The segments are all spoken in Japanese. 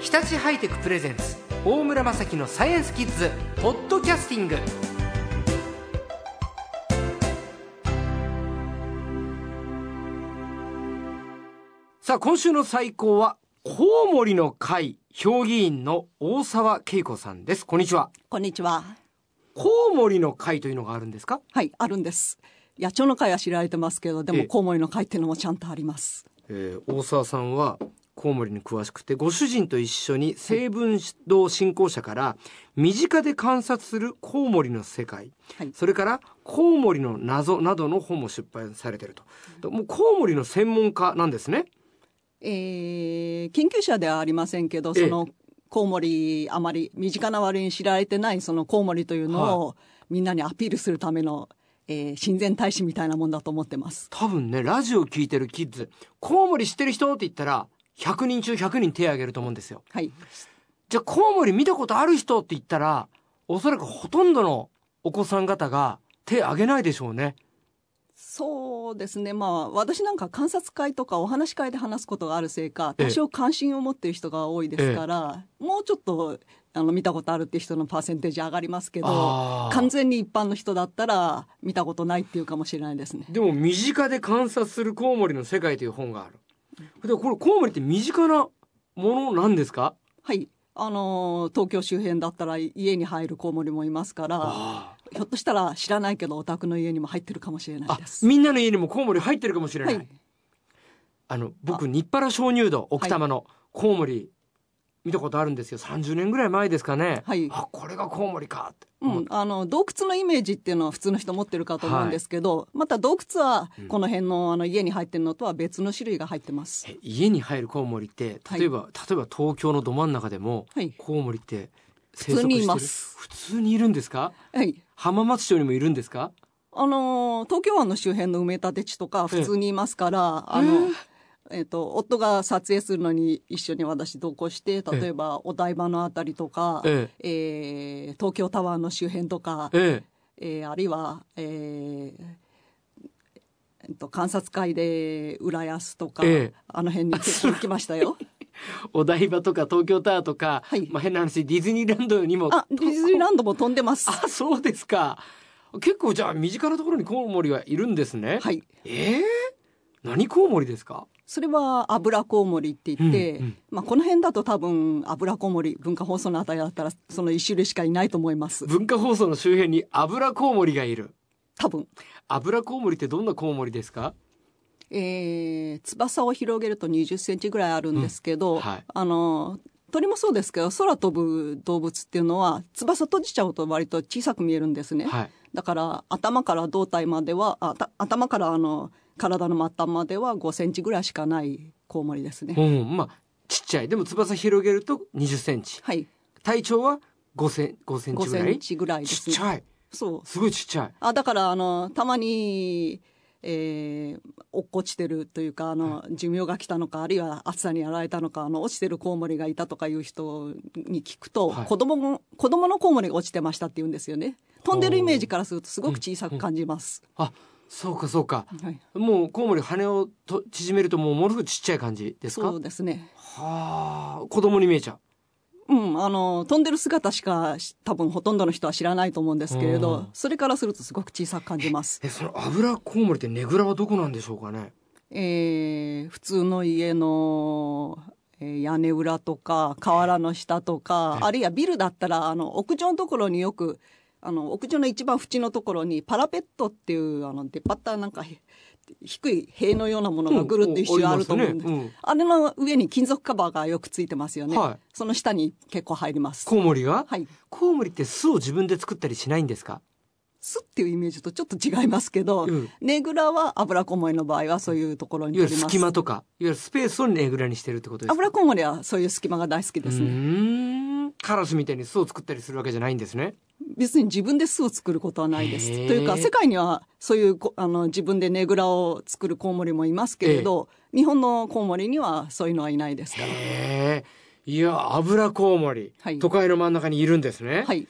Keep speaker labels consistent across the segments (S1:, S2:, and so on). S1: 日立ハイテクプレゼンツ大村雅樹のサイエンスキッズポッドキャスティングさあ今週の最高はコウモリの会評議員の大沢恵子さんですこんにちは
S2: こんにちは。
S1: コウモリの会というのがあるんですか
S2: はい、あるんです。野鳥の会は知られてますけど、で
S1: ええ
S2: もコウモリの会っていうのもちゃんとあります。
S1: えー大沢さんはコウモリに詳しくてご主人と一緒に成分堂振興者から身近で観察するコウモリの世界、
S2: はい
S1: それからコウモリの謎などの本も出版されてると、もうコウモリの専門家なんですね
S2: えー、研究者ではありませんけど、
S1: ええ
S2: そのコウモリあまり身近な割に知られてないそのコウモリというのをみんなにアピールするための、えー、親善大使みたいなもんだと思ってます。
S1: 多分ねラジオ聞いてるキッズコウモリ知ってる人って言ったら100人中100人手挙げると思うんですよ
S2: はい。
S1: じゃあコウモリ見たことある人って言ったらおそらくほとんどのお子さん方が手挙げないでしょうね
S2: そうですね。まあ、私なんか観察会とかお話し会で話すことがあるせいか、
S1: ええ
S2: 多少関心を持っている人が多いですから、もうちょっと、あの、見たことあるって人のパーセンテージ上がりますけ
S1: あ
S2: ど、
S1: ー
S2: 完全に一般の人だったら、見たことないっていうかもしれないですね。
S1: でも身近で観察するコウモリの世界という本がある。でこれコウモリって身近なものなんですか？
S2: はい。あのー、東京周辺だったら家に入るコウモリもいますから、
S1: あ
S2: ひょっとしたら知らないけどお宅の家にも入ってるかもしれないです。
S1: みんなの家にもコウモリ入ってるかもしれな。
S2: はいい。
S1: あの僕日原鍾乳洞奥多摩のコウモリ見たことあるんですよ。30年ぐらい前ですかね。
S2: はい
S1: あこれがコウモリかって。
S2: うん、あの洞窟のイメージっていうのは普通の人持ってるかと思うんですけど、また洞窟はこの辺のあの家に入ってるのとは別の種類が入ってます。
S1: え家に入るコウモリって例えば、例えば東京のど真ん中でも、
S2: はい
S1: コウモリって生息
S2: 普通にい
S1: して
S2: ま
S1: る。
S2: す
S1: 普通にいるんですか？
S2: はい
S1: 浜松町にもいるんですか？
S2: あのー東京湾の周辺の埋め立て地とか普通にいますから、あの、えっと、夫が撮影するのに一緒に私同行して、例えばお台場のあたりとか、
S1: え
S2: えー東京タワーの周辺とか、
S1: ええ。
S2: えーあるいは、えーえっと、観察会で浦安とか、
S1: ええ
S2: あの辺に結構行きました よ。
S1: お台場とか東京タワーとか、
S2: はい
S1: まあ変な話ディズニーランドにも
S2: あ、ディズニーランドも飛んでます。
S1: あそうですか結構じゃあ身近なところにコウモリはいるんですね、
S2: はい。
S1: ええ何コウモリですか
S2: それは油コウモリって言って、
S1: うんうん
S2: まあこの辺だと多分油コウモリ文化放送のあたりだったらその一種類しかいないと思います。
S1: 文化放送の周辺にアブラコウモリがいる
S2: 多分。
S1: アブラコウモリってどんなコウモリですか
S2: えー、翼を広げると20センチぐらいあるんですけど、
S1: うんはい
S2: あの、鳥もそうですけど、空飛ぶ動物っていうのは、翼閉じちゃうと割と小さく見えるんですね。
S1: はい
S2: だから、頭から胴体までは、あた頭からあの、体の末端までは5センチぐらいしかないコウモリですね。
S1: うんまあちっちゃいでも翼広げると20センチ
S2: はい。
S1: 体長は5セン5センチ
S2: 5
S1: ぐ
S2: セ
S1: らい
S2: ンチぐらいで
S1: ち
S2: す
S1: っ
S2: ね。
S1: ちゃい
S2: そう。
S1: すごいちっちゃい
S2: あ、だから、あの、たまに、えー、落っこちてるというか、あの、寿命が来たのか、あるいは暑さにやられたのか、あの、落ちてるコウモリがいたとかいう人に聞くと、
S1: はい
S2: 子供の、子供のコウモリが落ちてましたって言うんですよね。飛んでるイメージからするとすごく小さく感じます。
S1: あそうかそうか
S2: はい、
S1: もうコウモリ羽をと縮めるともうものすごくちっちゃい感じですか
S2: そうですね。
S1: はあ、子供に見えちゃ
S2: う
S1: う。
S2: ん、あの、飛んでる姿しかし、多分ほとんどの人は知らないと思うんですけれど、
S1: うん
S2: それからするとすごく小さく感じます。
S1: え、その油コウモリってねぐらはどこなんでしょうかね。
S2: えー普通の家の、えー屋根裏とか瓦の下とか、あるいはビルだったらあの屋上のところによくあの屋上の一番縁のところにパラペットっていうあの出っ張ったなんかへ低い塀のようなものがぐるっと一周あると思うんです,、
S1: うんありますね
S2: あれの上に金属カバーがよくついてますよね、
S1: はい
S2: その下に結構入ります
S1: コウモリが、
S2: はい
S1: コウモリって巣を自分で作ったりしないんですか
S2: 巣っていうイメージとちょっと違いますけど、
S1: うん
S2: ねぐらは油こもりの場合はそういうところに
S1: いわゆ
S2: 取
S1: る
S2: ります
S1: 隙間とか、いわゆるスペースをねぐらにしてるってことですか
S2: 油こもりはそういう隙間が大好きです
S1: う
S2: ね、
S1: ーん。カラスみたいに巣を作ったりするわけじゃないんですね。
S2: 別に自分で巣を作ることはないです。と
S1: へえ
S2: いうか、世界にはそういうこあの自分でねぐらを作るコウモリもいますけれど、日本のコウモリにはそういうのはいないですから。
S1: へえ。いや、油コウモリ、
S2: はい
S1: 都会の真ん中にいるんですね。
S2: はい。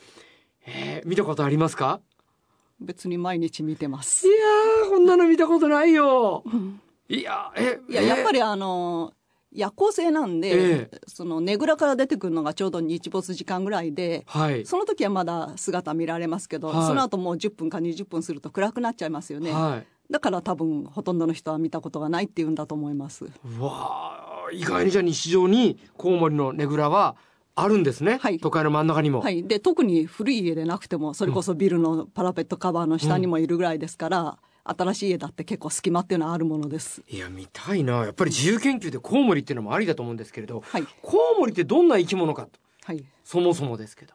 S1: へえ見たことありますか
S2: 別に毎日見てます
S1: い。やー、こんなの見たことないよ。いやー、え、
S2: いや、
S1: えー
S2: やっぱりあの、夜行性なんで、
S1: ええ
S2: そのねぐらから出てくるのがちょうど日没時間ぐらいで、
S1: はい。
S2: その時はまだ姿見られますけど、
S1: はい
S2: その後もう10分か20分すると暗くなっちゃいますよね、
S1: はい。
S2: だから多分ほとんどの人は見たことがないっていうんだと思います
S1: うわあ、意外にじゃあ日常にコウモリのねぐらはあるんですね。
S2: はい
S1: 都会の真ん中にも。
S2: はい、で特に古い家でなくてもそれこそビルのパラペットカバーの下にもいるぐらいですから、新しい家だって結構隙間っていうのはあるものです。
S1: いや、見たいな。やっぱり自由研究でコウモリっていうのもありだと思うんですけれど、
S2: はい
S1: コウモリってどんな生き物かと、
S2: はい、
S1: そもそもですけど。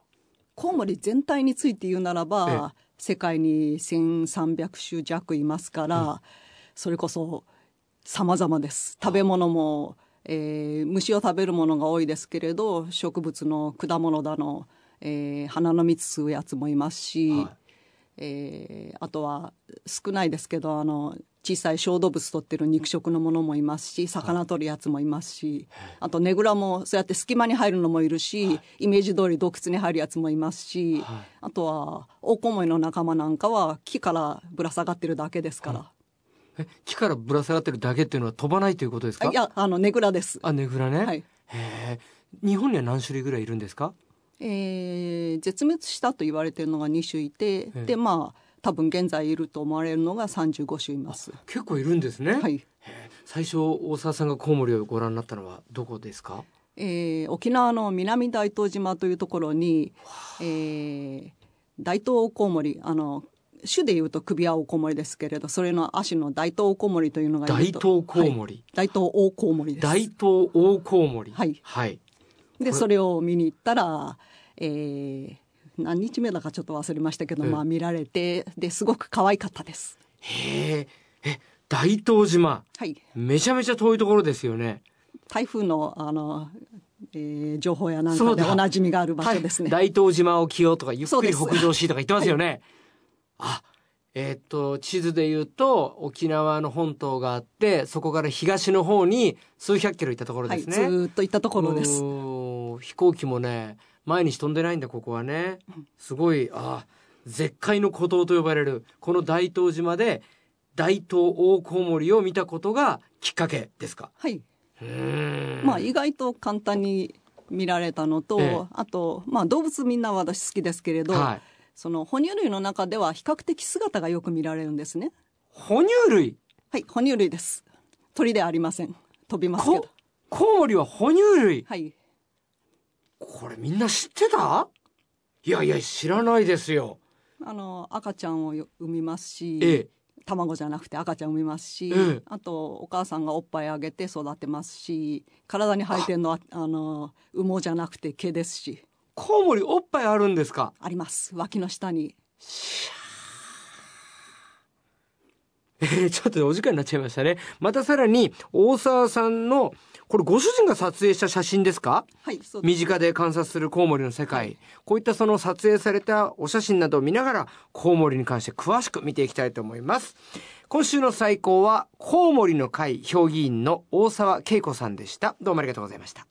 S2: コウモリ全体について言うならば、世界に1300種弱いますから、それこそ様々です食べ物も、えー虫を食べるものが多いですけれど植物の果物だの、えー花の蜜吸うやつもいますし、
S1: は
S2: えーあとは少ないですけどあの小さい小動物取ってる肉食のものもいますし魚取るやつもいますし、あとねぐらもそうやって隙間に入るのもいるし、イメージ通り洞窟に入るやつもいますし、
S1: はい
S2: あとはオオコウモリの仲間なんかは木からぶら下がってるだけですから、
S1: え、木からぶら下がってるだけっていうのは飛ばないということです
S2: あ
S1: か
S2: い、やあのねぐらです。
S1: あ、ねぐらね。
S2: はい
S1: へえ。日本には何種類ぐらいいるんですか
S2: えー絶滅したと言われてるのが2種いて、
S1: ええ
S2: でまあ多分現在いると思われるのが35種います。
S1: 結構いるんですね。
S2: はい
S1: 最初、大沢さんがコウモリをご覧になったのはどこですか
S2: えー沖縄の南大東島というところに、えー大東コウモリあの種でいうと首輪オコウモリですけれどそれの足の大東コウモリというのがいる
S1: 大
S2: と
S1: 東コウ
S2: はい
S1: モリ。
S2: 大東大コウモリです
S1: 大東大コウモリ。
S2: はい
S1: はい。
S2: でそれを見に行ったら、えー何日目だかちょっと忘れましたけど、
S1: ええ
S2: まあ、見られてですごく可愛かったです。
S1: へえ。え、大東島。
S2: はい、
S1: めちゃめちゃ遠いところですよね。
S2: 台風のあの、えー情報やなん
S1: そ
S2: か
S1: う
S2: で
S1: だ
S2: おなじみがある場所ですね。
S1: はい大東島沖をとか、ゆっ
S2: そう
S1: くり
S2: です
S1: 北上しとか言ってますよね。あ、えーっと、地図で言うと、沖縄の本島があって、そこから東の方に数百キロ行ったところ
S2: は
S1: で
S2: い、
S1: す
S2: ず
S1: ね。
S2: ーっと行ったところです。
S1: おー飛行機もね、毎日飛んでないんだ、ここはね。すごい、あ絶海の孤島と呼ばれる、この大東島で、大東大コウモリを見たことがきっかけですか。
S2: はい、
S1: うーん
S2: まあ、意外と簡単に見られたのと、
S1: ええ
S2: あと、まあ、動物みんな私好きですけれど、
S1: はい。
S2: その哺乳類の中では比較的姿がよく見られるんですね。
S1: 哺乳類。
S2: はい、哺乳類です。鳥ではありません。飛びますけ
S1: こ
S2: ど。
S1: コウモリは哺乳類。
S2: はい。
S1: これみんな知ってたいやいや、知らないですよ。
S2: あの赤ちゃんをよ産みますし、
S1: ええ。
S2: 卵じゃなくて赤ちゃん産みますし、
S1: ええ
S2: あとお母さんがおっぱいあげて育てますし体に生えてるのはあの羽毛じゃなくて毛ですし
S1: コウモリおっぱいあるんですか
S2: あります脇の下に
S1: えーちょっとお時間になっちゃいましたね。またさらに、大沢さんの、これご主人が撮影した写真ですか
S2: はいそうです
S1: 身近で観察するコウモリの世界。こういったその撮影されたお写真などを見ながら、コウモリに関して詳しく見ていきたいと思います。今週の最高は、コウモリの会評議員の大沢恵子さんでした。どうもありがとうございました。